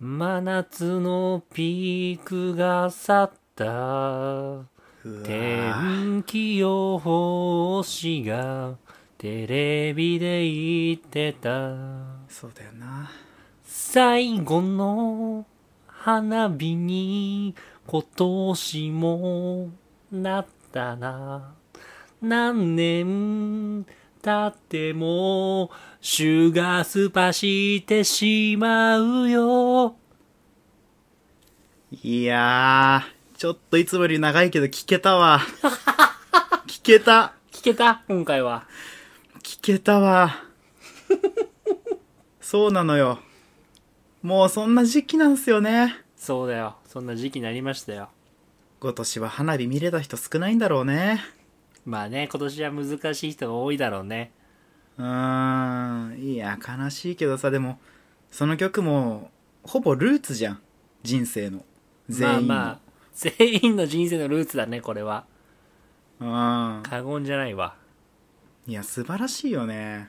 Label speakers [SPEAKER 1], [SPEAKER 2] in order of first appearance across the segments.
[SPEAKER 1] 真夏のピークが去った
[SPEAKER 2] うわー
[SPEAKER 1] 天気予報士がテレビで言ってた
[SPEAKER 2] そうだよな
[SPEAKER 1] 最後の花火に今年もなったな何年経ってもシュガースパしてしまうよ
[SPEAKER 2] いやーちょっといつもより長いけど聞け たわ聞けた
[SPEAKER 1] 聞けた今回は
[SPEAKER 2] 聞けたわそうなのよもうそんな時期なんすよね
[SPEAKER 1] そうだよそんな時期になりましたよ
[SPEAKER 2] 今年は花火見れた人少ないんだろうね
[SPEAKER 1] まあね今年は難しい人が多いだろうね
[SPEAKER 2] うーんいや悲しいけどさでもその曲もほぼルーツじゃん人生の全員の、
[SPEAKER 1] まあまあ全員の人生のルーツだねこれは
[SPEAKER 2] うん
[SPEAKER 1] 過言じゃないわ
[SPEAKER 2] いや素晴らしいよね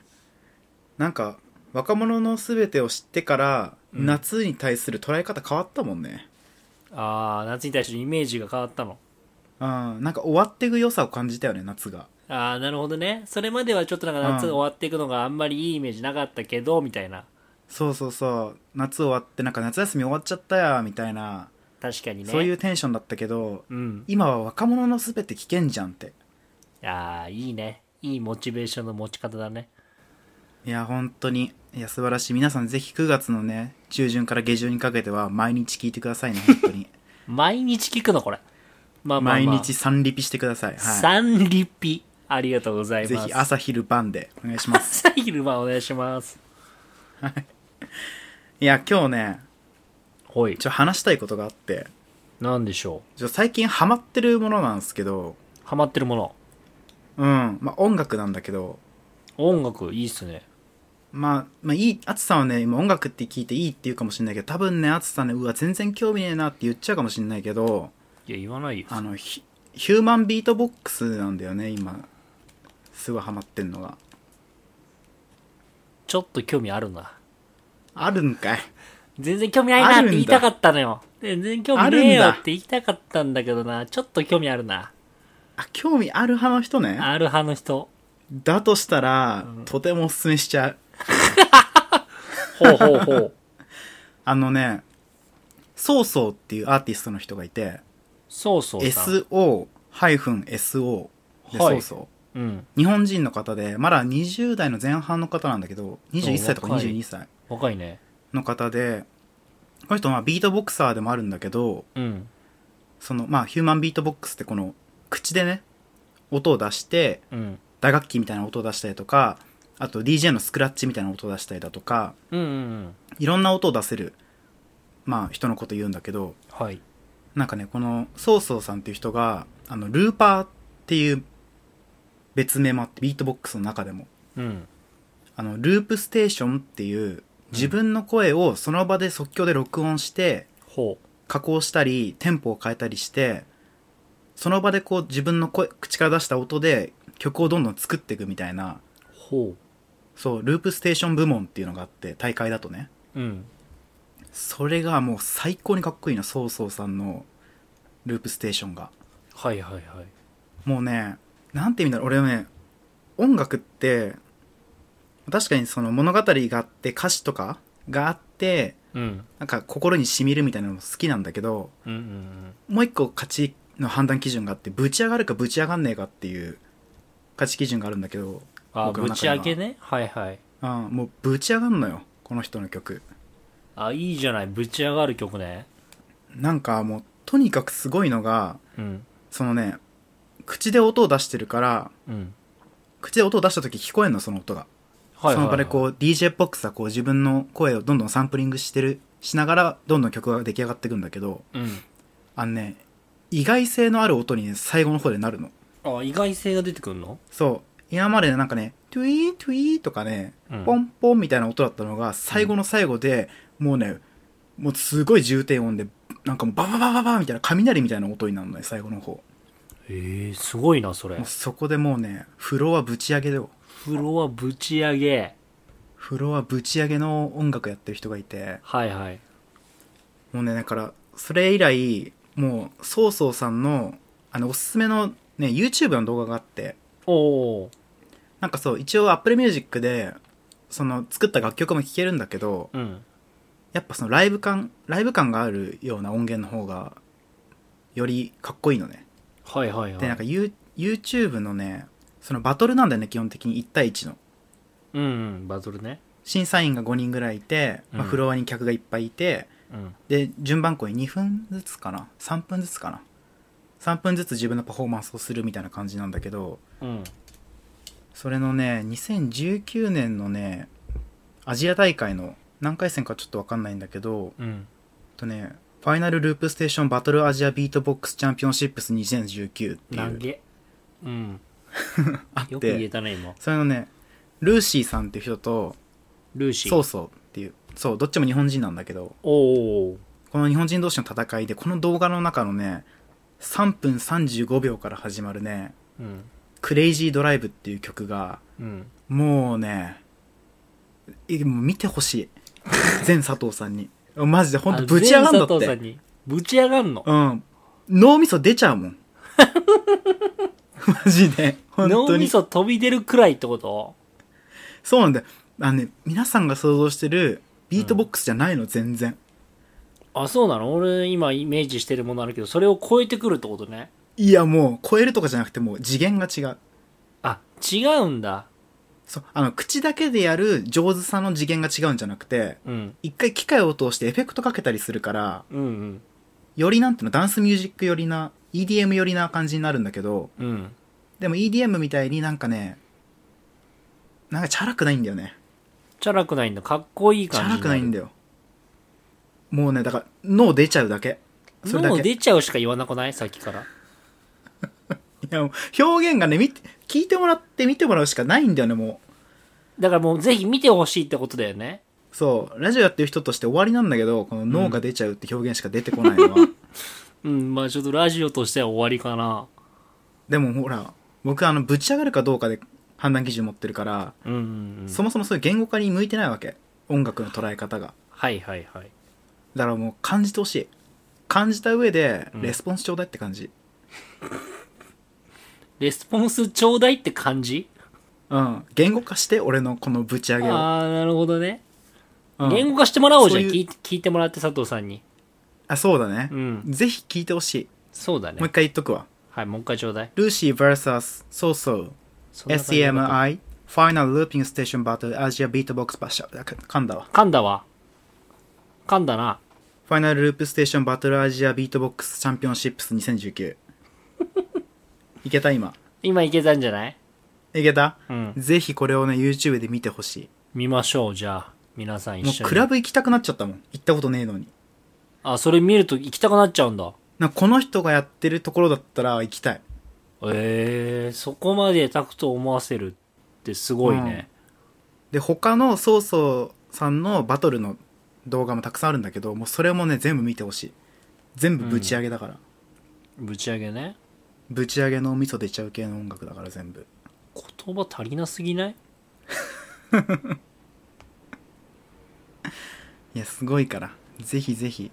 [SPEAKER 2] なんか若者の全てを知ってから、
[SPEAKER 1] うん
[SPEAKER 2] 夏に対する捉え方変わったもんね
[SPEAKER 1] ああ夏に対してイメージが変わったの
[SPEAKER 2] うんなんか終わっていく良さを感じたよね夏が
[SPEAKER 1] ああなるほどねそれまではちょっとなんか夏
[SPEAKER 2] うん
[SPEAKER 1] 終わっていくのがあんまりいいイメージなかったけどみたいな
[SPEAKER 2] そうそうそう夏終わってなんか夏休み終わっちゃったやみたいな、
[SPEAKER 1] 確かにね
[SPEAKER 2] そういううテンションだったけど
[SPEAKER 1] うん
[SPEAKER 2] 今は若者の全て危険じゃんって
[SPEAKER 1] ああいいねいいモチベーションの持ち方だね
[SPEAKER 2] いや本当にいや素晴らしい皆さんぜひ9月のね中旬から下旬にかけては毎日聞いてくださいね本当に
[SPEAKER 1] 毎日聞くのこれ まあまあ、
[SPEAKER 2] 毎
[SPEAKER 1] まあ、
[SPEAKER 2] 日3リピしてください、は
[SPEAKER 1] 三リピありがとうござい
[SPEAKER 2] い、
[SPEAKER 1] ます
[SPEAKER 2] ぜ ひ朝昼晩でお願いします
[SPEAKER 1] 朝昼間お願いします
[SPEAKER 2] いや今日ね
[SPEAKER 1] ほい
[SPEAKER 2] ちょ話したいことがあって
[SPEAKER 1] なんでしょ
[SPEAKER 2] ちょ最近ハマってるものなんですけど
[SPEAKER 1] うハマってるもの
[SPEAKER 2] うんまあ音楽なんだけど
[SPEAKER 1] 音楽いいっすね
[SPEAKER 2] まあ、まあいい、アツさんはね、今音楽って聞いていいって言うかもしれないけど、多分ね、アツさんね、うわ、全然興味ねえなって言っちゃうかもしれないけど、
[SPEAKER 1] いや言わないよ
[SPEAKER 2] あの、ヒヒューマンビートボックスなんだよね、今。すごいハマってんのが。
[SPEAKER 1] ちょっと興味あるな
[SPEAKER 2] あるんかい。
[SPEAKER 1] 全然興味ないなって言いたかったのよ全然興味ねえよ
[SPEAKER 2] あるん
[SPEAKER 1] っ
[SPEAKER 2] だ
[SPEAKER 1] て言いたかったんだけどなちょっと興味あるな
[SPEAKER 2] あ、興味ある派の人ね。
[SPEAKER 1] ある派の人
[SPEAKER 2] だとしたら、とてもおすすめしちゃう。
[SPEAKER 1] ほうほうほう
[SPEAKER 2] あのね、ソーソーっていうアーティストの人がいて、
[SPEAKER 1] そうそうさん
[SPEAKER 2] SO-SO でソ
[SPEAKER 1] はい
[SPEAKER 2] ーソー。
[SPEAKER 1] うん
[SPEAKER 2] 日本人の方で、まだ20代の前半の方なんだけど、21歳とか
[SPEAKER 1] お若い
[SPEAKER 2] 22歳
[SPEAKER 1] 若いね
[SPEAKER 2] の方で、この人まあビートボクサーでもあるんだけど、
[SPEAKER 1] うん
[SPEAKER 2] そのまあヒューマンビートボックスってこの口でね、音を出して、
[SPEAKER 1] うん
[SPEAKER 2] 打楽器みたいな音を出したりとか、あと DJ のスクラッチみたいな音を出したりだとか、
[SPEAKER 1] うんうんうん
[SPEAKER 2] いろんな音を出せる、まあ人のこと言うんだけど、
[SPEAKER 1] はい
[SPEAKER 2] なんかね、このソーソーさんっていう人が、あの、ルーパーっていう別名もあって、ビートボックスの中でも、
[SPEAKER 1] うん
[SPEAKER 2] あの、ループステーションっていう、自分の声をその場で即興で録音して、
[SPEAKER 1] ほ
[SPEAKER 2] 加工したり、テンポを変えたりして、その場でこう自分の声、口から出した音で曲をどんどん作っていくみたいな、
[SPEAKER 1] うほ
[SPEAKER 2] そう、ループステーション部門っていうのがあって、大会だとね。
[SPEAKER 1] ううん
[SPEAKER 2] それがもう最高にかっこいいの、ソーソーさんのループステーションが。
[SPEAKER 1] はいはいはい
[SPEAKER 2] もうね、なんて意味だろう、俺はね、音楽って、確かにその物語があって歌詞とかがあって、
[SPEAKER 1] うん
[SPEAKER 2] なんか心に染みるみたいなのも好きなんだけど、
[SPEAKER 1] うんうんうん
[SPEAKER 2] もう一個価値の判断基準があって、ぶち上がるかぶち上がんねえかっていう価値基準があるんだけど、
[SPEAKER 1] あ
[SPEAKER 2] 僕の
[SPEAKER 1] ぶ
[SPEAKER 2] 中
[SPEAKER 1] ち
[SPEAKER 2] では
[SPEAKER 1] 上げねはいはい
[SPEAKER 2] うん、もうぶち上がんのよ、この人の曲。
[SPEAKER 1] あいいじゃないぶち上がる曲ね
[SPEAKER 2] なんかもう、とにかくすごいのが、
[SPEAKER 1] うん
[SPEAKER 2] そのね、口で音を出してるから、
[SPEAKER 1] うん
[SPEAKER 2] 口で音を出した時聞こえんの、その音が。
[SPEAKER 1] はいはいはい
[SPEAKER 2] その場でこう DJ ボックスはこう自分の声をどんどんサンプリングしてるしながらどんどん曲が出来上がっていくんだけど
[SPEAKER 1] うん
[SPEAKER 2] あのね意外性のある音に、ね、最後の方でなるの
[SPEAKER 1] あ意外性が出てくるの
[SPEAKER 2] そう今までねなんかねトゥイートゥイーとかね、
[SPEAKER 1] うん
[SPEAKER 2] ポンポンみたいな音だったのが最後の最後で、もうねもうすごい重低音でなんかもうバババババみたいな雷みたいな音になるのね最後の方
[SPEAKER 1] えー、すごいなそれ
[SPEAKER 2] もうそこでもうねフロアぶち上げだよ
[SPEAKER 1] フロアぶち上げ
[SPEAKER 2] フロアぶち上げの音楽やってる人がいて
[SPEAKER 1] はいはい
[SPEAKER 2] もうね、だから、それ以来、もう、そうそうさんの、あの、おすすめのね、YouTube の動画があって、
[SPEAKER 1] おー
[SPEAKER 2] なんかそう、一応 Apple Music で、その、作った楽曲も聴けるんだけど、
[SPEAKER 1] うん
[SPEAKER 2] やっぱそのライブ感、ライブ感があるような音源の方が、よりかっこいいのね。
[SPEAKER 1] はいはいは
[SPEAKER 2] で、なん
[SPEAKER 1] い
[SPEAKER 2] か、You- YouTube のね、そのバトルなんだよね、基本的に1対1の。
[SPEAKER 1] うん、うん、バトルね
[SPEAKER 2] 審査員が5人ぐらいいて、まあ
[SPEAKER 1] うん
[SPEAKER 2] フロアに客がいっぱいいて、
[SPEAKER 1] うん
[SPEAKER 2] で順番こに2分ずつかな3分ずつかな3分ずつ自分のパフォーマンスをするみたいな感じなんだけど
[SPEAKER 1] うん
[SPEAKER 2] それのね2019年のねアジア大会の何回戦かちょっと分かんないんだけど
[SPEAKER 1] うん
[SPEAKER 2] えっとねファイナルループステーションバトルアジアビートボックスチャンピオンシップス2019って
[SPEAKER 1] 投
[SPEAKER 2] いう
[SPEAKER 1] げうん
[SPEAKER 2] あっ
[SPEAKER 1] よく言え
[SPEAKER 2] て
[SPEAKER 1] たね今
[SPEAKER 2] それのねルーシーさんっていう人と
[SPEAKER 1] ルーシー
[SPEAKER 2] そうそうっていうそうどっちも日本人なんだけど
[SPEAKER 1] おお
[SPEAKER 2] この日本人同士の戦いでこの動画の中のね3分35秒から始まるね
[SPEAKER 1] うん
[SPEAKER 2] クレイジードライブっていう曲が、
[SPEAKER 1] うん
[SPEAKER 2] もうね、えもう見てほし い。全佐藤さんに。マジで、ほんと
[SPEAKER 1] あ
[SPEAKER 2] ぶち上がん
[SPEAKER 1] 全
[SPEAKER 2] だ
[SPEAKER 1] 佐
[SPEAKER 2] っ
[SPEAKER 1] 藤さん
[SPEAKER 2] て。
[SPEAKER 1] にぶち上がんの
[SPEAKER 2] うん。脳みそ出ちゃう もん。マジで。本当
[SPEAKER 1] 脳み
[SPEAKER 2] に。
[SPEAKER 1] そ飛び出るくらいってこと
[SPEAKER 2] そうなんだよ。あのね、皆さんが想像してるビートボックスじゃないの、全然。
[SPEAKER 1] あそうなの俺今イメージしてるものあるけどそれを超えてくるってことね
[SPEAKER 2] いや、もう、超えるとかじゃなくて、もう次元が違う。
[SPEAKER 1] あ違うんだ
[SPEAKER 2] そう、あの、口だけでやる上手さの次元が違うんじゃなくて、
[SPEAKER 1] うん
[SPEAKER 2] 一回機械を通してエフェクトかけたりするから、
[SPEAKER 1] うん
[SPEAKER 2] よりなんていうのダンスミュージック寄りな EDM 寄りな感じになるんだけど
[SPEAKER 1] うんうん
[SPEAKER 2] でも EDM みたいになんかねなんかチャラくないんだよね
[SPEAKER 1] チャラくないんだかっこいい
[SPEAKER 2] チ
[SPEAKER 1] 感
[SPEAKER 2] ャ
[SPEAKER 1] じ
[SPEAKER 2] ラくないん
[SPEAKER 1] よ
[SPEAKER 2] だよもうねだから脳出ちゃうだけそれだ
[SPEAKER 1] もう
[SPEAKER 2] けい
[SPEAKER 1] 出ちゃうしか言わなくないさっきから
[SPEAKER 2] やもう表現がね見て聞いてもらって見てもらうしかないんだよねも
[SPEAKER 1] だからもうぜひ見てほしいってことだよね
[SPEAKER 2] うそうラジオやってる人として終わりなんだけどこの脳が出ちゃうって表現しか出てこないのは、
[SPEAKER 1] うんまあちょっとラジオとしては終わりかな
[SPEAKER 2] でもほら僕あのぶち上がるかどうかで判断基準持ってるから、
[SPEAKER 1] うんうんうん
[SPEAKER 2] そもそもそういう言語化に向いてないわけ音楽の捉え方が
[SPEAKER 1] はいはいはい
[SPEAKER 2] だからもう感じてほしい感じた上で
[SPEAKER 1] うん
[SPEAKER 2] レスポンスちょうだいって感じ
[SPEAKER 1] レスポンスちょうだいって感じ
[SPEAKER 2] うん、言語化して俺のこのぶち上げを、
[SPEAKER 1] ああなるほどね、
[SPEAKER 2] うん
[SPEAKER 1] 言語化してもらおうじゃん
[SPEAKER 2] そう
[SPEAKER 1] 聞
[SPEAKER 2] い
[SPEAKER 1] い聞いてもらって佐藤さんに
[SPEAKER 2] あそうだね
[SPEAKER 1] う、ん
[SPEAKER 2] ぜひ聞いてほしい、
[SPEAKER 1] そうだね
[SPEAKER 2] もう一回言っとくわ
[SPEAKER 1] はいもう一回ちょうだい
[SPEAKER 2] ルーシー VS そうそう
[SPEAKER 1] そんな感じのこと
[SPEAKER 2] SEMI ファイナルルーピングステーションバトルアジアビートボックスバッシャー噛んだわ
[SPEAKER 1] 噛んだわ噛んだな
[SPEAKER 2] ファイナルループステーションバトルアジアビートボックスチャンピオンシップス2019いけた今
[SPEAKER 1] 今いけたんじゃない
[SPEAKER 2] いけた
[SPEAKER 1] うん
[SPEAKER 2] ぜひこれをね YouTube で見てほし
[SPEAKER 1] 見ましょうじゃあ皆さん
[SPEAKER 2] いも
[SPEAKER 1] 一緒
[SPEAKER 2] う
[SPEAKER 1] に
[SPEAKER 2] クラブ行きたくなっちゃったもん行ったことねえのに
[SPEAKER 1] あそれ見ると行きたくなっちゃうんだ
[SPEAKER 2] なんかこの人がやってるところだったら行きたい。
[SPEAKER 1] ええそこまでタクトを思わせるってすごいね、
[SPEAKER 2] で、他のソーソーさんのバトルの動画もたくさんあるんだけど、もうそれもね、全部見てほしい。全部ぶち上げだから。
[SPEAKER 1] ぶち上げね
[SPEAKER 2] ぶち上げのみそ出ちゃう系の音楽だから全部。
[SPEAKER 1] 言葉足りなすぎない
[SPEAKER 2] いや、すごいから。ぜひぜひ。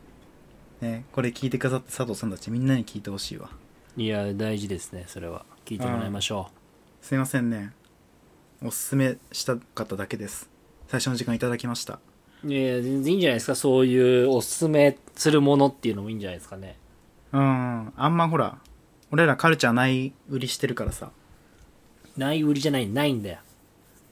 [SPEAKER 2] ね、これ聞いてくださって佐藤さんたちみんなに聞いてほしいわ。
[SPEAKER 1] いや大事ですねそれは聞いてもらいましょ
[SPEAKER 2] すいませんね。おすすめしたかっただけです。最初の時間いただきました。
[SPEAKER 1] う、いや全然いいんじゃないですかそういうおすすめするものっていうのもいいんじゃないですかね
[SPEAKER 2] うん。あんまほら、俺らカルチャーない売りしてるからさ。
[SPEAKER 1] ない売りじゃないないんだよ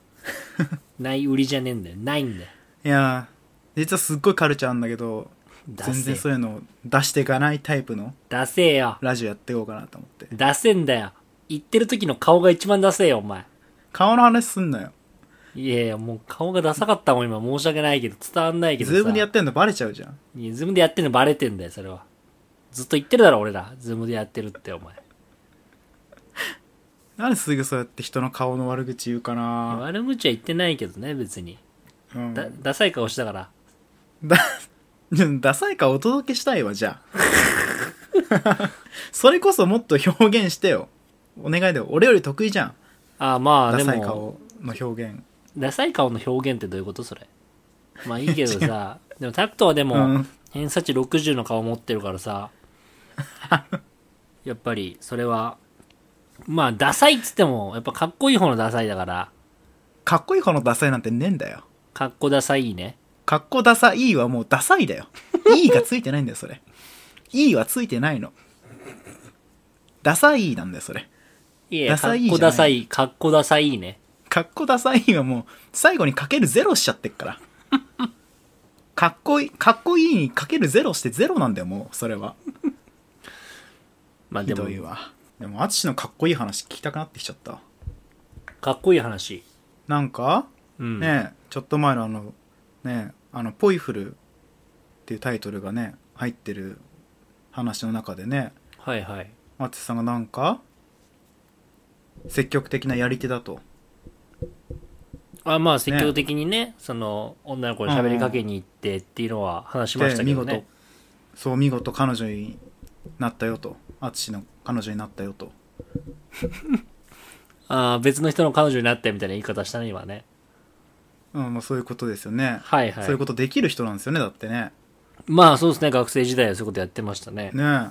[SPEAKER 1] ない売りじゃねえんだよないんだよ
[SPEAKER 2] いやー、実はすっごいカルチャーあんだけど、
[SPEAKER 1] 出
[SPEAKER 2] 全然
[SPEAKER 1] せ
[SPEAKER 2] そういうのを出していかないタイプの
[SPEAKER 1] 出せよ
[SPEAKER 2] ラジオやっていこうかなと思って。
[SPEAKER 1] 出せんだよ言ってる時の顔が一番出せよお前
[SPEAKER 2] 顔の話すんなよ。
[SPEAKER 1] いやいやもう顔がダサかったもん今申し訳ないけど伝わんないけど
[SPEAKER 2] ズ
[SPEAKER 1] さ
[SPEAKER 2] ームでやってんのバレちゃうじゃん。
[SPEAKER 1] いやズームでやってんのバレてんだよそれはずっと言ってるだろ俺らズームでやってるってお前
[SPEAKER 2] なんですぐそうやって人の顔の悪口言うかな
[SPEAKER 1] 悪口は言ってないけどね別に
[SPEAKER 2] うん。
[SPEAKER 1] だ
[SPEAKER 2] だ、
[SPEAKER 1] ダサい顔したから
[SPEAKER 2] ダサいからお届けしたいわ、じゃあ。 それこそもっと表現してよ。お願いだよ。俺より得意じゃん。
[SPEAKER 1] ああまあ
[SPEAKER 2] ダ
[SPEAKER 1] でも
[SPEAKER 2] サい顔の表現。
[SPEAKER 1] ダサい顔の表現ってどういうことそれまあいいけどさでもタクトはでも、
[SPEAKER 2] うん
[SPEAKER 1] 偏差値60の顔持ってるからさ やっぱりそれはまあダサいっつってもやっぱかっこいい方のダサいだから
[SPEAKER 2] かっこいい方のダサいなんてねえんだよ。
[SPEAKER 1] かっこダサいね
[SPEAKER 2] かっこダサいはもうダサい だよ。いいがついてないんだよ、それ。いいはついてないの。ダサいなんだよ、それ。
[SPEAKER 1] いや
[SPEAKER 2] ダ
[SPEAKER 1] か
[SPEAKER 2] サ
[SPEAKER 1] っ
[SPEAKER 2] いじゃな
[SPEAKER 1] こ
[SPEAKER 2] い
[SPEAKER 1] ダサいかっこダサいね
[SPEAKER 2] かっこダサいはもう、最後にかけるゼロしちゃってっから。かっこいい、かっこいいにかけるゼロしてゼロなんだよ、もう、それは。
[SPEAKER 1] まあで
[SPEAKER 2] ひ
[SPEAKER 1] も
[SPEAKER 2] どいわ。でも、淳のかっこいい話聞きたくなってきちゃった。
[SPEAKER 1] かっこいい話
[SPEAKER 2] なんか、
[SPEAKER 1] うん、
[SPEAKER 2] ねえちょっと前のあのねえあの「ポイフル」っていうタイトルがね入ってる話の中でね
[SPEAKER 1] はいはい
[SPEAKER 2] 松さんがなんか積極的なやり手だと
[SPEAKER 1] あまあ積極的にねその女の子に喋りかけに行ってっていうのは話しましたけど
[SPEAKER 2] で見
[SPEAKER 1] ね
[SPEAKER 2] 事そう見事彼女になったよと淳の彼女になったよと
[SPEAKER 1] あー別の人の彼女になってみたいな言い方したね今ね
[SPEAKER 2] うんまあそういうことですよね、
[SPEAKER 1] はいはい
[SPEAKER 2] そういうことできる人なんですよねだってね
[SPEAKER 1] まあそうですね学生時代はそういうことやってましたね
[SPEAKER 2] ねえ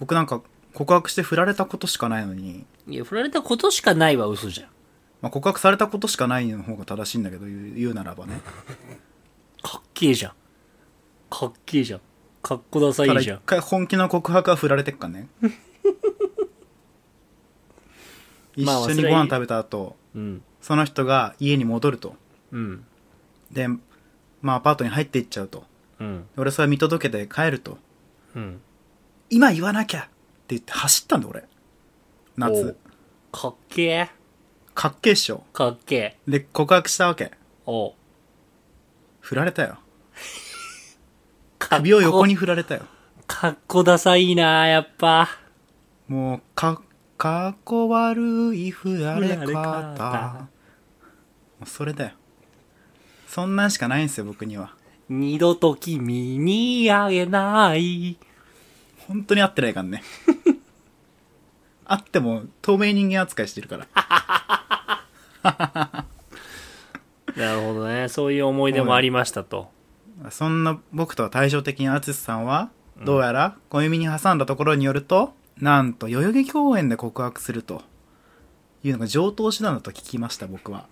[SPEAKER 2] 僕なんか告白して振られたことしかないのに、
[SPEAKER 1] いや振られたことしかないは嘘じゃん
[SPEAKER 2] まあ、告白されたことしかないの方が正しいんだけど言う言うならばね
[SPEAKER 1] かっけえじゃんかっけえじゃんかっこダサ
[SPEAKER 2] ただ
[SPEAKER 1] いじゃ
[SPEAKER 2] 一
[SPEAKER 1] ん
[SPEAKER 2] 回本気の告白は振られてっか ね一
[SPEAKER 1] まあ忘
[SPEAKER 2] 緒
[SPEAKER 1] れ
[SPEAKER 2] にご飯食べた後
[SPEAKER 1] うん
[SPEAKER 2] その人が家に戻ると
[SPEAKER 1] うん
[SPEAKER 2] でまあアパートに入っていっちゃうと
[SPEAKER 1] うん
[SPEAKER 2] 俺それ見届けて帰ると
[SPEAKER 1] うん
[SPEAKER 2] 今言わなきゃって言って走ったんだ俺夏
[SPEAKER 1] おかっけえ
[SPEAKER 2] かっけえっしょ
[SPEAKER 1] かっけえ
[SPEAKER 2] で告白したわけ
[SPEAKER 1] おう
[SPEAKER 2] 振られたよ
[SPEAKER 1] かっこ
[SPEAKER 2] 首を横に振られたよ
[SPEAKER 1] かっこダサいなやっぱ
[SPEAKER 2] もうかかっこ悪い振られ
[SPEAKER 1] 振られ
[SPEAKER 2] 方
[SPEAKER 1] 方
[SPEAKER 2] もうそれだよそんなんしかないんですよ僕には
[SPEAKER 1] 二度と君にあげない
[SPEAKER 2] 本当に会ってないからね 会っても透明人間扱いしてるから
[SPEAKER 1] なるほどねそういう思い出もありましたと
[SPEAKER 2] そんな僕とは対照的に淳さんはどうやら小耳に挟んだところによるとなんと代々木公園で告白するというのが上等手段だと聞きました僕は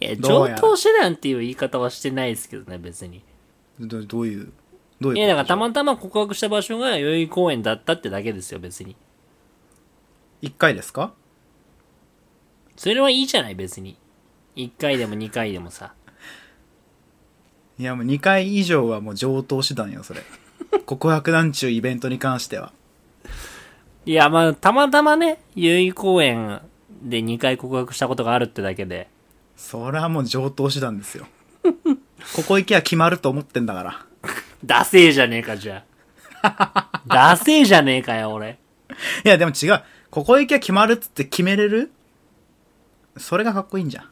[SPEAKER 2] い
[SPEAKER 1] や
[SPEAKER 2] どう
[SPEAKER 1] 上
[SPEAKER 2] やら
[SPEAKER 1] 等手段っていう言い方はしてないですけどね別に
[SPEAKER 2] どどういうどういうこと
[SPEAKER 1] いやだからたまたま告白した場所が代々木公園だったってだけですよ別に
[SPEAKER 2] 1回ですか
[SPEAKER 1] それはいいじゃない別に1回でも2回でもさ
[SPEAKER 2] いやもう2回以上はもう上等手段よ それ告白なんちゅうイベントに関してはい
[SPEAKER 1] や、まあ、たまたまね、代々木公園で2回告白したことがあるってだけで、
[SPEAKER 2] それはもう上等手段ですよここ行きゃ決まると思ってんだから
[SPEAKER 1] ダセーじゃねえか、じゃ あ。ダセーじゃねえかよ、俺。
[SPEAKER 2] いや、でも違う。ここ行きゃ決まるっつって決めれるそれがかっこいいんじゃん。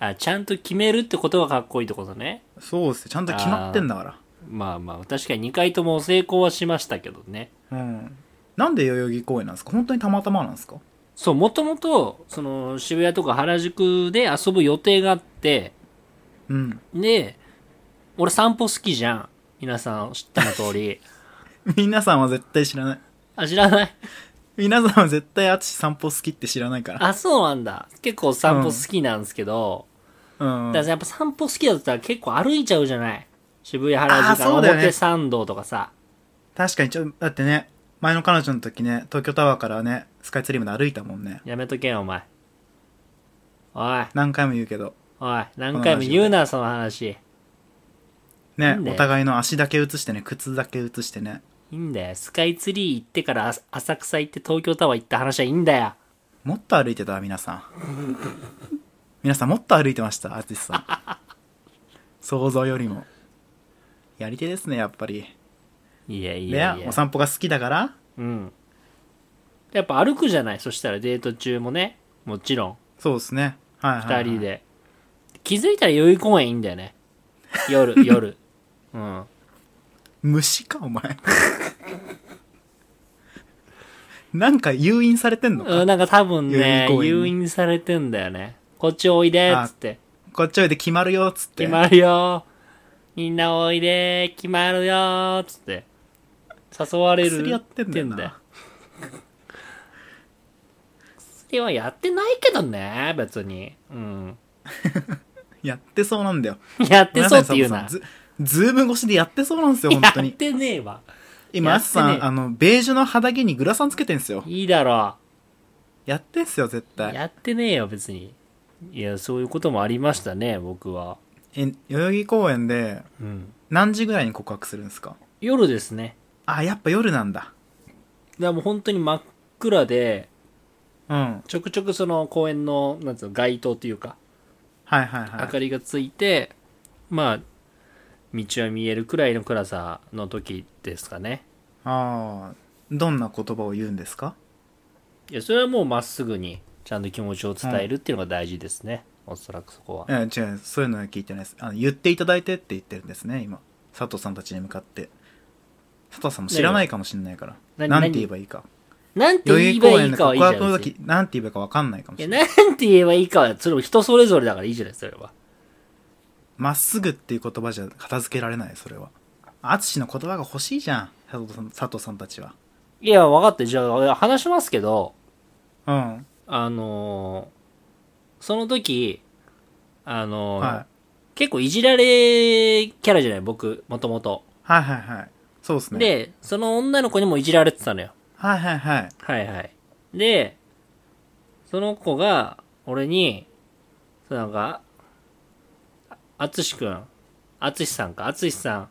[SPEAKER 1] あ、ちゃんと決めるってことがかっこいいってことね。
[SPEAKER 2] そうっすよ。ちゃんと決まってんだか
[SPEAKER 1] まあまあ、確かに2回とも成功はしましたけどね。
[SPEAKER 2] ら。うん。なんで代々木公園なんですか本当にたまたまなんですか
[SPEAKER 1] そう、もともと、その、渋谷とか原宿で遊ぶ予定があって、
[SPEAKER 2] うん。
[SPEAKER 1] で、俺散歩好きじゃん。皆さん知っての通り。
[SPEAKER 2] 皆さんは絶対知らない。
[SPEAKER 1] あ、知らない
[SPEAKER 2] 皆さんは絶対あつし散歩好きって知らないから。
[SPEAKER 1] あ、そうなんだ。結構散歩好きなんですけど、
[SPEAKER 2] う
[SPEAKER 1] だか
[SPEAKER 2] ん。
[SPEAKER 1] らさやっぱ散歩好きだったら結構歩いちゃうじゃない渋谷原宿
[SPEAKER 2] あーそうだよね
[SPEAKER 1] 表参道とかさ
[SPEAKER 2] 確かにちょ、だってね、前の彼女の時ね、東京タワーからね、スカイツリーまで歩いたもんね。
[SPEAKER 1] やめとけよお前おい
[SPEAKER 2] 何回も言うけど。
[SPEAKER 1] おい何回も言うなその話
[SPEAKER 2] ね、
[SPEAKER 1] なんで
[SPEAKER 2] お互いの足だけ写してね、靴だけ写してね。
[SPEAKER 1] いいんだよスカイツリー行ってからあ浅草行って東京タワー行った話はいいんだよ
[SPEAKER 2] もっと歩いてたわ皆さん皆さんもっと歩いてました淳さん想像よりもやり手ですねやっぱり
[SPEAKER 1] いやい
[SPEAKER 2] で
[SPEAKER 1] やいや
[SPEAKER 2] お散歩が好きだから
[SPEAKER 1] うんやっぱ歩くじゃないそしたらデート中もねもちろん
[SPEAKER 2] そうですねはいはい、は
[SPEAKER 1] 2
[SPEAKER 2] い、
[SPEAKER 1] 人で気づいたら代々木公園いいんだよね 夜夜うん
[SPEAKER 2] 虫かお前 なんか誘引されてんのか、
[SPEAKER 1] うん、なんか多分ね
[SPEAKER 2] 代々木、公園に
[SPEAKER 1] 誘引されてんだよね。こっちおいで、っつって。
[SPEAKER 2] こっちおいで決まるよっつって
[SPEAKER 1] 決まるよ。みんなおいで、決まるよー、つって。誘われる。
[SPEAKER 2] 薬やってんだよな
[SPEAKER 1] 薬はやってないけどね、別に。 うん。
[SPEAKER 2] やってそうなんだよ。
[SPEAKER 1] やってそうっていう
[SPEAKER 2] ごめん
[SPEAKER 1] な。
[SPEAKER 2] さいサボさんズズーム越しでやってそうなんですよ、本当
[SPEAKER 1] やっ
[SPEAKER 2] に。
[SPEAKER 1] てねえわ。
[SPEAKER 2] 今、
[SPEAKER 1] や
[SPEAKER 2] ア
[SPEAKER 1] っ
[SPEAKER 2] ス
[SPEAKER 1] て
[SPEAKER 2] さ
[SPEAKER 1] ね
[SPEAKER 2] ん、あの、ベージュの肌着にグラサンつけてんすよ。
[SPEAKER 1] いいだろ
[SPEAKER 2] やってんすよ、絶
[SPEAKER 1] う。
[SPEAKER 2] 対。
[SPEAKER 1] やってねえよ、別に。いや、そういうこともありましたね、僕は。
[SPEAKER 2] え、代々木公園で、
[SPEAKER 1] うん。
[SPEAKER 2] 何時ぐらいに告白するんですか
[SPEAKER 1] 夜ですね。
[SPEAKER 2] あ、やっぱ夜なんだ。
[SPEAKER 1] だからもう本当に真っ暗で、
[SPEAKER 2] うん。
[SPEAKER 1] ちょくちょくその公園の、なんつうの、街灯というか、
[SPEAKER 2] はいはいはい。
[SPEAKER 1] 明かりがついて、まあ、道は見えるくらいの暗さの時ですかね。
[SPEAKER 2] ああ、どんな言葉を言うんですか
[SPEAKER 1] いや、それはもうまっすぐに、ちゃんと気持ちを伝えるっていうのが大事ですね。おそらくそこは。
[SPEAKER 2] え違う、そういうのは聞いてないです。あの、言っていただいてって言ってるんですね、今。佐藤さんたちに向かって。佐藤さんも知らないかもしれないから。
[SPEAKER 1] 何
[SPEAKER 2] なんて
[SPEAKER 1] 何
[SPEAKER 2] 言えばいいか。
[SPEAKER 1] なんて
[SPEAKER 2] 代
[SPEAKER 1] 言
[SPEAKER 2] 々
[SPEAKER 1] え
[SPEAKER 2] 木
[SPEAKER 1] ば
[SPEAKER 2] 公
[SPEAKER 1] いい
[SPEAKER 2] 園で
[SPEAKER 1] かはいい
[SPEAKER 2] 告
[SPEAKER 1] じゃな
[SPEAKER 2] 白の
[SPEAKER 1] いです
[SPEAKER 2] 時、なんて言えばいいかわかんないかもし
[SPEAKER 1] い
[SPEAKER 2] れ
[SPEAKER 1] や、
[SPEAKER 2] ない。
[SPEAKER 1] なんて言えばいいかは、それも人それぞれだからいいじゃないですか、それは。
[SPEAKER 2] まっすぐっていう言葉じゃ片付けられない、それは。淳の言葉が欲しいじゃん、佐藤さん佐藤さんたちは。
[SPEAKER 1] いや、分かって、じゃあ、話しますけど、
[SPEAKER 2] うん。
[SPEAKER 1] あのーその時、あのー
[SPEAKER 2] はい。
[SPEAKER 1] 結構いじられキャラじゃない、僕、もともと。
[SPEAKER 2] はいはいはい。そうですね。
[SPEAKER 1] で、その女の子にもいじられてたのよ。
[SPEAKER 2] はいはいはい。
[SPEAKER 1] はいはい。で、その子が、俺に、そうなんか、あつしくん、あつしさんか、あつしさん、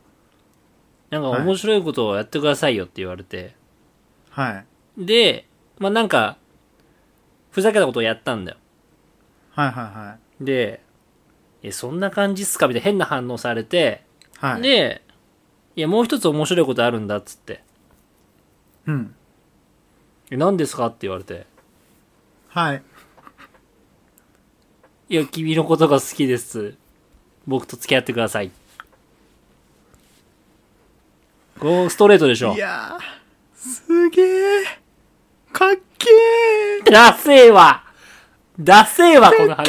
[SPEAKER 1] なんか
[SPEAKER 2] はい
[SPEAKER 1] 面白いことをやってくださいよって言われて、
[SPEAKER 2] はい。
[SPEAKER 1] で、まあ、なんか、ふざけたことをやったんだよ。
[SPEAKER 2] はいは
[SPEAKER 1] で、え、そんな感じっすかみたいな変な反応されて、
[SPEAKER 2] いはい。はい。、
[SPEAKER 1] で、いや、もう一つ面白いことあるんだっつって、
[SPEAKER 2] うん。
[SPEAKER 1] え、何ですかって言われて、
[SPEAKER 2] はい。
[SPEAKER 1] いや、君のことが好きです。僕と付き合ってください。こう、ストレートでしょ
[SPEAKER 2] い。やー、すげー。かっけー。
[SPEAKER 1] ダセえわダセえわ、この話。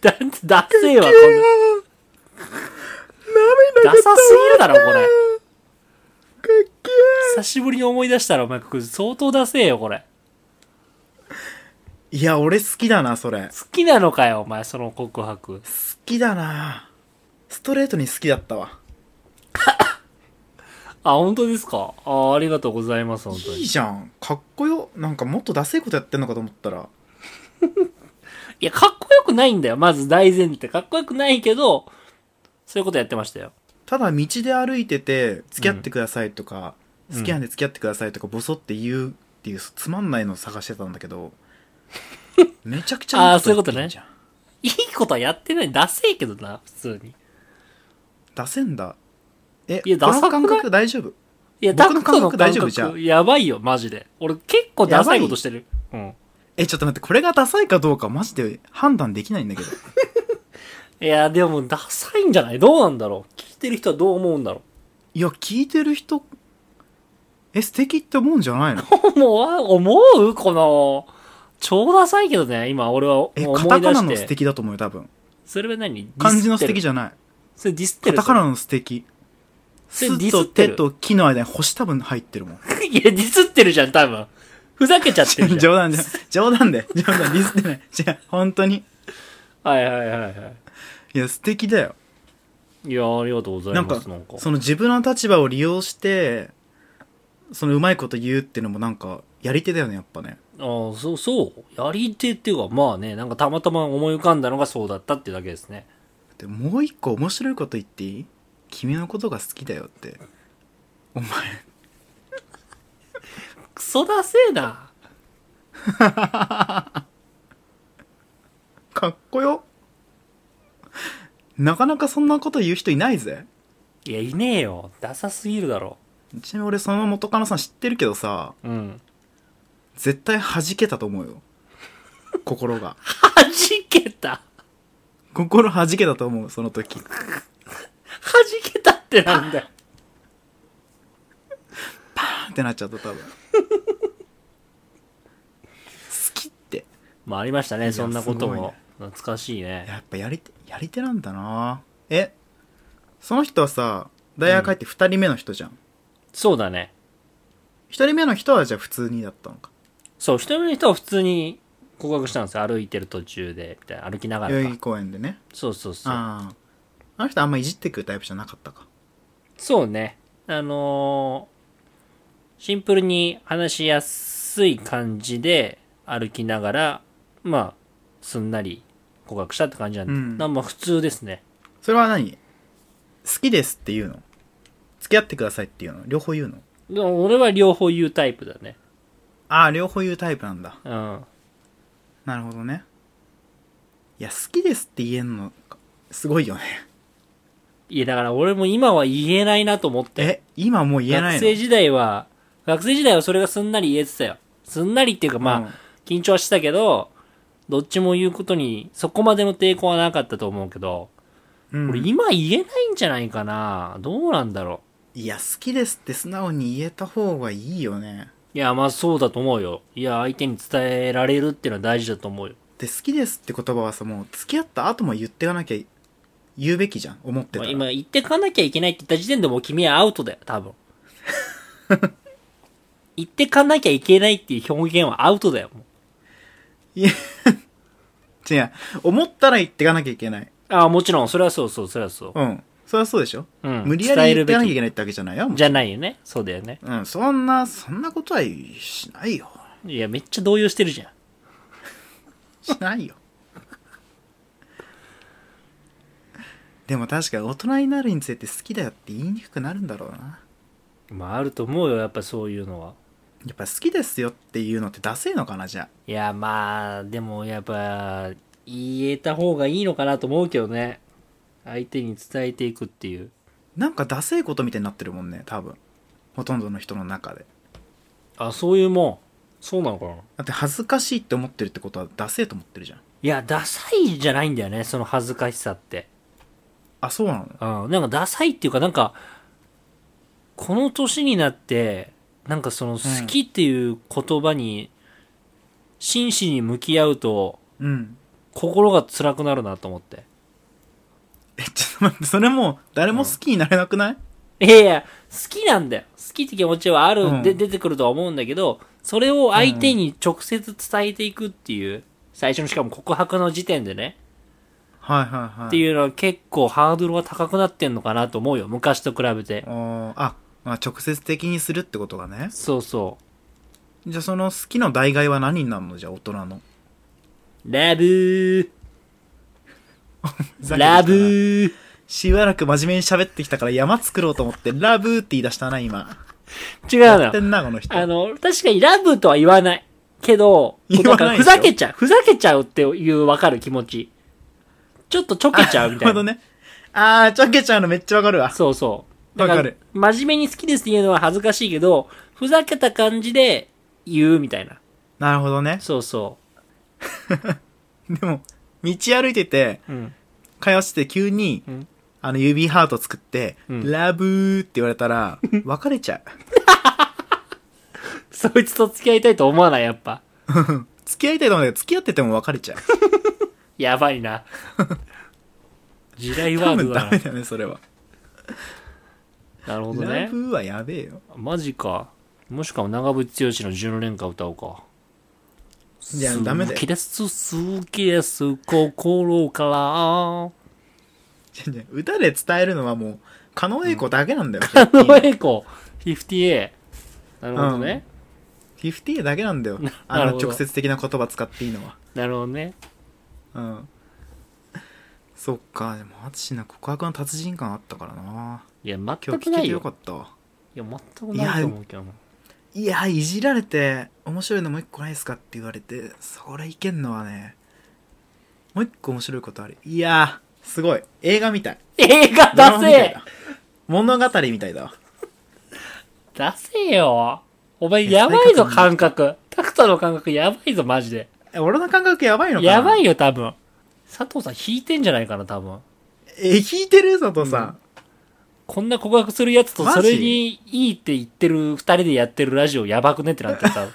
[SPEAKER 1] だダセえわ、この。ダサすぎるだろ、これ。
[SPEAKER 2] かっけ
[SPEAKER 1] 久しぶりに思い出したら、お前、これ相当ダセえよ、これ。
[SPEAKER 2] ー。いや、俺好きだな、それ。好
[SPEAKER 1] 好きなのかよ、お前、その告白。
[SPEAKER 2] きだな。ストレートに好きだったわ。
[SPEAKER 1] あ、本当ですかあーありがとうございます、本当に。
[SPEAKER 2] いい
[SPEAKER 1] い
[SPEAKER 2] じゃん。かっこよ。なんかもっとダセいことやってんのかと思ったら。
[SPEAKER 1] や、かっこよくないんだよ、まず大前提。かっこよくないけど、そういうことやってましたよ。
[SPEAKER 2] ただ道で歩いてて、付き合ってくださいとか、
[SPEAKER 1] うん
[SPEAKER 2] 好きなんで付き合ってくださいとか、ボソって言うっていう、つまんないの探してたんだ けど、めちゃくちゃ
[SPEAKER 1] あーそういうことね
[SPEAKER 2] じゃん。
[SPEAKER 1] いいことはやってない。ダセえけどな、普通に。
[SPEAKER 2] 出せんだ。え、
[SPEAKER 1] いや
[SPEAKER 2] この
[SPEAKER 1] ダサくない
[SPEAKER 2] 感覚大丈夫
[SPEAKER 1] いや、
[SPEAKER 2] 僕
[SPEAKER 1] ダ
[SPEAKER 2] の
[SPEAKER 1] クトの
[SPEAKER 2] 感覚大
[SPEAKER 1] 感
[SPEAKER 2] 丈夫じゃ
[SPEAKER 1] 覚、
[SPEAKER 2] ん
[SPEAKER 1] やばいよ、マジで。俺結構ダサいことしてる。うん。
[SPEAKER 2] え、ちょっと待って、これがダサいかどうかマジで判断できないんだけど。
[SPEAKER 1] いや、でも、ダサいんじゃないどうなんだろう聞いてる人はどう思うんだろ
[SPEAKER 2] いや、聞いてる人、え、素敵って思うんじゃ ないの
[SPEAKER 1] うもう、思うこの、超ダサいけどね、今俺はもう
[SPEAKER 2] え、
[SPEAKER 1] 思
[SPEAKER 2] カタ
[SPEAKER 1] い出
[SPEAKER 2] カナ
[SPEAKER 1] し
[SPEAKER 2] の
[SPEAKER 1] て。
[SPEAKER 2] 素敵だと思うよ、多分。
[SPEAKER 1] それは何
[SPEAKER 2] 漢字の素敵じ
[SPEAKER 1] ゃん。
[SPEAKER 2] ゃない。
[SPEAKER 1] それディスって
[SPEAKER 2] カ
[SPEAKER 1] る。
[SPEAKER 2] タカナの素敵。
[SPEAKER 1] それディスっ
[SPEAKER 2] すと
[SPEAKER 1] て
[SPEAKER 2] 手
[SPEAKER 1] る
[SPEAKER 2] と木の間に星多分入っ てるもん。
[SPEAKER 1] それいや、ディスってるじゃん、多分。ふざけちゃってる じゃん。
[SPEAKER 2] 冗談じゃん。冗談で。冗談ディスってない。違う、本当に。
[SPEAKER 1] はいはいはいはい
[SPEAKER 2] や、素敵だよ。
[SPEAKER 1] い。いや、ありがとうござい
[SPEAKER 2] なん
[SPEAKER 1] ま
[SPEAKER 2] か
[SPEAKER 1] す、なんか。
[SPEAKER 2] その自分の立場を利用して、そのうまいこと言うっていうのもなんか、やり手だよね、やっぱね。
[SPEAKER 1] ああ、そう、そう。やり手っていうか、まあね、なんかたまたま思い浮かんだのがそうだったっていうだけですね。
[SPEAKER 2] でもう一個面白いこと言っていい君のことが好きだよって。お前、
[SPEAKER 1] クソダセえな。
[SPEAKER 2] かっこよ。なかなかそんなこと言う人いないぜ。
[SPEAKER 1] いや、いねえよ。ダサすぎるだろ。
[SPEAKER 2] ちなみに俺その元カノさん知ってるけどさ、
[SPEAKER 1] うん。
[SPEAKER 2] 絶対弾けたと思うよ。心
[SPEAKER 1] は
[SPEAKER 2] が。
[SPEAKER 1] じけた。
[SPEAKER 2] 心弾けたと思う、その時。
[SPEAKER 1] はじけたってなんだよ。
[SPEAKER 2] ってなっちゃった多分好きって
[SPEAKER 1] まあ、ありましたね。そんなこと
[SPEAKER 2] すごい
[SPEAKER 1] も
[SPEAKER 2] ね。
[SPEAKER 1] 懐かしいね。
[SPEAKER 2] やっぱやり手やり手なんだなえその人はさ、大学入って2人目の人じゃん。
[SPEAKER 1] そうだね。
[SPEAKER 2] 1人目の人はじゃあ普通にだったのか。
[SPEAKER 1] そう、一人目の人は普通に告白したんですよ。歩いてる途中で、みたいな。歩きながら
[SPEAKER 2] 代々
[SPEAKER 1] か
[SPEAKER 2] 木。公園でね。
[SPEAKER 1] そうそうそう。
[SPEAKER 2] ああ。あの人あんまいじってくるタイプじゃなかったか。
[SPEAKER 1] そうね。あのーシンプルに話しやすい感じで歩きながら、まあ、すんなり告白したって感じなんで、
[SPEAKER 2] うん
[SPEAKER 1] なまあ普通ですね。
[SPEAKER 2] それは何好きですって言うの付き合ってくださいっていうの両方言うの
[SPEAKER 1] でも俺は両方言うタイプだね。
[SPEAKER 2] ああ、両方言うタイプなんだ。
[SPEAKER 1] うん。
[SPEAKER 2] なるほどね。いや、好きですって言えんの、すごいよね。
[SPEAKER 1] いや、だから俺も今は言えないなと思って。
[SPEAKER 2] え、今もう言えない
[SPEAKER 1] 学生
[SPEAKER 2] の
[SPEAKER 1] 時代は、学生時代はそれがすんなり言えてたよ。すんなりっていうか、まあ、
[SPEAKER 2] うん
[SPEAKER 1] 緊張はしてたけど、どっちも言うことに、そこまでの抵抗はなかったと思うけど、
[SPEAKER 2] うん
[SPEAKER 1] 俺今言えないんじゃないかなどうなんだろ
[SPEAKER 2] いや、好きですって素直に言えた方がいいよね。
[SPEAKER 1] う。いや、まあそうだと思うよ。いや、相手に伝えられるっていうのは大事だと思うよ。
[SPEAKER 2] で、好きですって言葉はさ、もう付き合った後も言ってかなきゃ、言うべきじゃん。思って
[SPEAKER 1] まあ
[SPEAKER 2] たら。
[SPEAKER 1] 今言ってかなきゃいけないって言った時点でもう君はアウトだよ、 多分。言ってかなきゃいけないっていう表現はアウトだよ。もう
[SPEAKER 2] 違う。思ったら言ってかなきゃいけない。
[SPEAKER 1] ああ、もちろん、それはそうそう、それはそう。
[SPEAKER 2] うん。そりゃそうでしょ、
[SPEAKER 1] うん
[SPEAKER 2] 無理やり
[SPEAKER 1] 伝え
[SPEAKER 2] 言
[SPEAKER 1] る
[SPEAKER 2] って
[SPEAKER 1] べ
[SPEAKER 2] かな
[SPEAKER 1] き
[SPEAKER 2] きゃいけないってわけじゃないよ。
[SPEAKER 1] じゃないよね。そうだよね。
[SPEAKER 2] うん、そんな、そんなことはしないよ。
[SPEAKER 1] いや、めっちゃ動揺してるじゃん。
[SPEAKER 2] しないよ。 でも確かに大人になるにつれて好きだよって言いにくくなるんだろうな。
[SPEAKER 1] まあ、あると思うよ、やっぱそういうのは。
[SPEAKER 2] やっぱ好きですよっていうのってダセえのかな、じゃ
[SPEAKER 1] いや、まあ、でも、やっぱ、言えた方がいいのかなと思うけどね。相手に伝えていくっていう。
[SPEAKER 2] あ。なんかダセえことみたいになってるもんね、多分。ほとんどの人の中で。
[SPEAKER 1] あ、そういうもん。そうなのかな
[SPEAKER 2] だって恥ずかしいって思ってるってことはダセえと思ってるじゃん。
[SPEAKER 1] いや、ダサいじゃないんだよね、その恥ずかしさって。
[SPEAKER 2] あ、そうなの
[SPEAKER 1] うん、なんかダサいっていうか、なんか、この年になって、なんかその好きっていう言葉に、真摯に向き合うと、
[SPEAKER 2] うん。
[SPEAKER 1] 心が辛くなるなと思って。
[SPEAKER 2] え、ちょっと待って、それもう誰も好きになれなくない、
[SPEAKER 1] いやいや、好きなんだよ。好きって気持ちはある、
[SPEAKER 2] うん
[SPEAKER 1] で出てくるとは思うんだけど、それを相手に直接伝えていくっていう、最初のしかも告白の時点でね、
[SPEAKER 2] はいはいはい。
[SPEAKER 1] っていうのは結構ハードルが高くなってんのかなと思うよ。昔と比べて。
[SPEAKER 2] おーあ、まあ、直接的にするってことがね。
[SPEAKER 1] そうそ
[SPEAKER 2] じゃあその好きの代替は何になるのじゃあ大人の。
[SPEAKER 1] う。ラブー、ラブー。
[SPEAKER 2] しばらく真面目に喋ってきたから山作ろうと思って、ラブーって言い出したな、今。
[SPEAKER 1] 違う
[SPEAKER 2] や
[SPEAKER 1] の
[SPEAKER 2] って
[SPEAKER 1] よ。
[SPEAKER 2] んな、この人。
[SPEAKER 1] あの、確かにラブとは言わない。けど、
[SPEAKER 2] 言
[SPEAKER 1] な
[SPEAKER 2] わ
[SPEAKER 1] んか
[SPEAKER 2] ない
[SPEAKER 1] ふ
[SPEAKER 2] でしょ
[SPEAKER 1] ざけちゃう。ふざけちゃうっていうわかる気持ち。ちょっとちょけちゃうみた
[SPEAKER 2] ない るほど
[SPEAKER 1] な。
[SPEAKER 2] ね。あー、ちょけちゃうのめっちゃわかるわ。
[SPEAKER 1] そうそう。
[SPEAKER 2] わかる
[SPEAKER 1] だら。真面目に好きですって言うのは恥ずかしいけど、ふざけた感じで言うみたいな。
[SPEAKER 2] なるほどね。
[SPEAKER 1] そうそ
[SPEAKER 2] でも、道歩いてて、
[SPEAKER 1] う。うん。
[SPEAKER 2] 会話してて急に、
[SPEAKER 1] うん
[SPEAKER 2] あの指ハート作って、
[SPEAKER 1] うん
[SPEAKER 2] ラブーって言われ たら、別れちゃう。
[SPEAKER 1] そいつと付き合いたいと思わない、やっぱ。
[SPEAKER 2] 付き合いたいと思うけど、付き合ってても別れちゃう。
[SPEAKER 1] やばい な。時代
[SPEAKER 2] 多
[SPEAKER 1] ワー
[SPEAKER 2] 分
[SPEAKER 1] ドだ
[SPEAKER 2] ダ
[SPEAKER 1] な
[SPEAKER 2] メ。だね、それは。
[SPEAKER 1] なるほど
[SPEAKER 2] ラ
[SPEAKER 1] ね。
[SPEAKER 2] ブーはやべえよ。
[SPEAKER 1] マジか。もしかも長渕剛の10年間歌おうか。
[SPEAKER 2] いやダメだよ
[SPEAKER 1] 好きです、好きです、心から。
[SPEAKER 2] 違う違う歌で伝えるのはもう、狩野英孝だけなんだよ。
[SPEAKER 1] あの エコ、50A。なるほどね。
[SPEAKER 2] 50だけなんだよ。
[SPEAKER 1] な
[SPEAKER 2] あ
[SPEAKER 1] る
[SPEAKER 2] の
[SPEAKER 1] ほど
[SPEAKER 2] 直接的な言葉使っていいのは。
[SPEAKER 1] なるほどね。
[SPEAKER 2] うん。そっか、でも、淳な告白の達人感あったからな。
[SPEAKER 1] いや、
[SPEAKER 2] 今
[SPEAKER 1] 全
[SPEAKER 2] 日
[SPEAKER 1] く
[SPEAKER 2] 聞け
[SPEAKER 1] な
[SPEAKER 2] て
[SPEAKER 1] い
[SPEAKER 2] よ
[SPEAKER 1] よ
[SPEAKER 2] か。ったわ。
[SPEAKER 1] いや、全くないと思うけどな。
[SPEAKER 2] いや、いじられて、面白いのもう一個ないですかって言われて、それいけんのはね、もう一個面白いことある。いやー、すごい。映画みたい。
[SPEAKER 1] 映画
[SPEAKER 2] ドラマ
[SPEAKER 1] 出
[SPEAKER 2] みたい
[SPEAKER 1] せ
[SPEAKER 2] だ物語みたいだわ。
[SPEAKER 1] 出せよお前
[SPEAKER 2] いや
[SPEAKER 1] やばいぞ、
[SPEAKER 2] 体格
[SPEAKER 1] 感覚。タクトの感覚やばいぞ、マジで。
[SPEAKER 2] え俺の感覚やばいのかな
[SPEAKER 1] やばい
[SPEAKER 2] よ。
[SPEAKER 1] よ、多分。佐藤さん引いてんじゃないかな、多分。
[SPEAKER 2] え、弾いてる佐藤さん。
[SPEAKER 1] こんな告白するやつと
[SPEAKER 2] マジ
[SPEAKER 1] それにいいって言ってる二人でやってるラジオやばくねってなってる 多分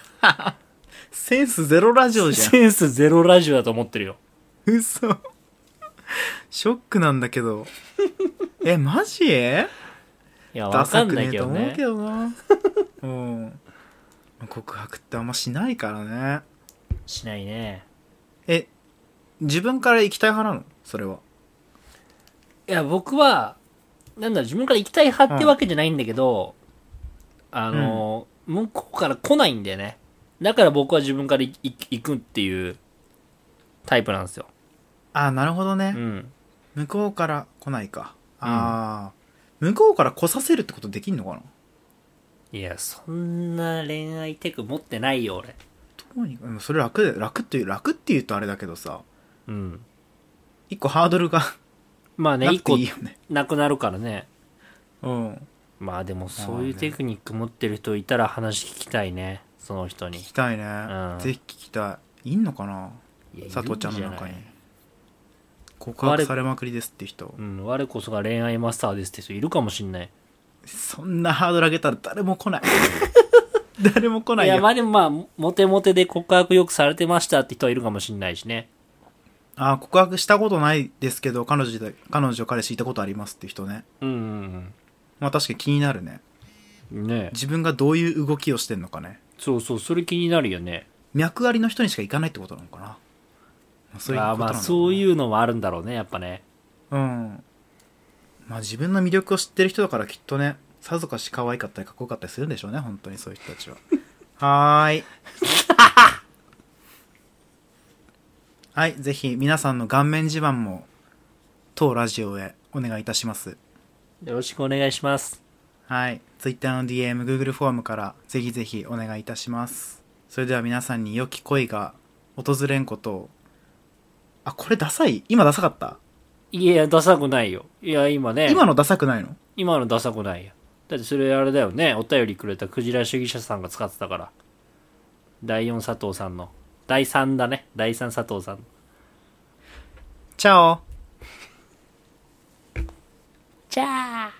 [SPEAKER 2] センスゼロラジオじゃん。
[SPEAKER 1] センスゼロラジオだと思ってるよ。
[SPEAKER 2] 嘘ショックなんだけどえマジ
[SPEAKER 1] いや、わ
[SPEAKER 2] ダ
[SPEAKER 1] か
[SPEAKER 2] サ
[SPEAKER 1] ん
[SPEAKER 2] く
[SPEAKER 1] ない
[SPEAKER 2] ねえ
[SPEAKER 1] け
[SPEAKER 2] と
[SPEAKER 1] ど
[SPEAKER 2] 思う
[SPEAKER 1] ね
[SPEAKER 2] け。どなうん告白ってあんましないからね
[SPEAKER 1] しないね。
[SPEAKER 2] え自分から行きたい派なのそれはい
[SPEAKER 1] や、僕は、なんだろう、自分から行きたい派ってわけじゃないんだけど、あの、向こうから来ないんだよね。だから僕は自分からいい行くっていうタイプなんですよ。
[SPEAKER 2] あなるほどね
[SPEAKER 1] う、ん。
[SPEAKER 2] 向こうから来ないかあー、向こうから来させるってことできんのかない
[SPEAKER 1] や、そんな恋愛テク持ってないよ、俺。
[SPEAKER 2] どうにかでもそれ楽で楽っていう楽っていうとあれだけどさ
[SPEAKER 1] うん。
[SPEAKER 2] 一個ハードルが
[SPEAKER 1] まあね、
[SPEAKER 2] な
[SPEAKER 1] 一
[SPEAKER 2] くて
[SPEAKER 1] 個
[SPEAKER 2] いいよね
[SPEAKER 1] なくなるからね。
[SPEAKER 2] うん
[SPEAKER 1] まあでも、そういうテクニック持ってる人いたら話聞きたいね。その人に
[SPEAKER 2] 聞。きたいね、
[SPEAKER 1] うん
[SPEAKER 2] ぜひ聞きたいいんのかない
[SPEAKER 1] や
[SPEAKER 2] 佐藤ちゃんの
[SPEAKER 1] いる
[SPEAKER 2] 中
[SPEAKER 1] じ
[SPEAKER 2] に
[SPEAKER 1] ゃない
[SPEAKER 2] 告白されまくりですって人
[SPEAKER 1] うん、我こそが恋愛マスターですって人いるかもしんない。
[SPEAKER 2] そんなハードル上げたら誰 も来ない誰も来ないいよ
[SPEAKER 1] や、まあでもまあ、モテモテで告白よくされてましたって人はいるかもしんないしね。
[SPEAKER 2] あー告白したことないですけど彼女で彼女彼氏いたことありますって人ね
[SPEAKER 1] うんうん
[SPEAKER 2] まあ確かに気になるね
[SPEAKER 1] うん。ねえ
[SPEAKER 2] 自分がどういう動きをしてんのかね
[SPEAKER 1] そうそう、それ気になるよね。
[SPEAKER 2] 脈ありの人にしか行かないってことなのかなまあそういう
[SPEAKER 1] あ
[SPEAKER 2] こ
[SPEAKER 1] あ
[SPEAKER 2] と
[SPEAKER 1] ま
[SPEAKER 2] なの
[SPEAKER 1] あ、
[SPEAKER 2] かな
[SPEAKER 1] そういうのもあるんだろうね、やっぱね。
[SPEAKER 2] うんまあ自分の魅力を知ってる人だからきっとねさぞかし可愛かったりかっこよかったりするんでしょうね本当にそういう人たちははーい はいぜひ皆さんの顔面自慢も当ラジオへお願いいたします
[SPEAKER 1] よろしくお願いします。
[SPEAKER 2] はい。Twitter の DM、Google フォームからぜひぜひお願いいたします。それでは皆さんに良き恋が訪れんことを。あ、これダサい今ダサかった
[SPEAKER 1] いや、ダサくないよ。いや、今ね、
[SPEAKER 2] 今のダサくないの
[SPEAKER 1] 今のダサくないよ。だってそれあれだよね、お便りくれたクジラ主義者さんが使ってたから。第4佐藤さんの。第3だね。第3佐藤さん。
[SPEAKER 2] チャオ
[SPEAKER 1] じゃあ。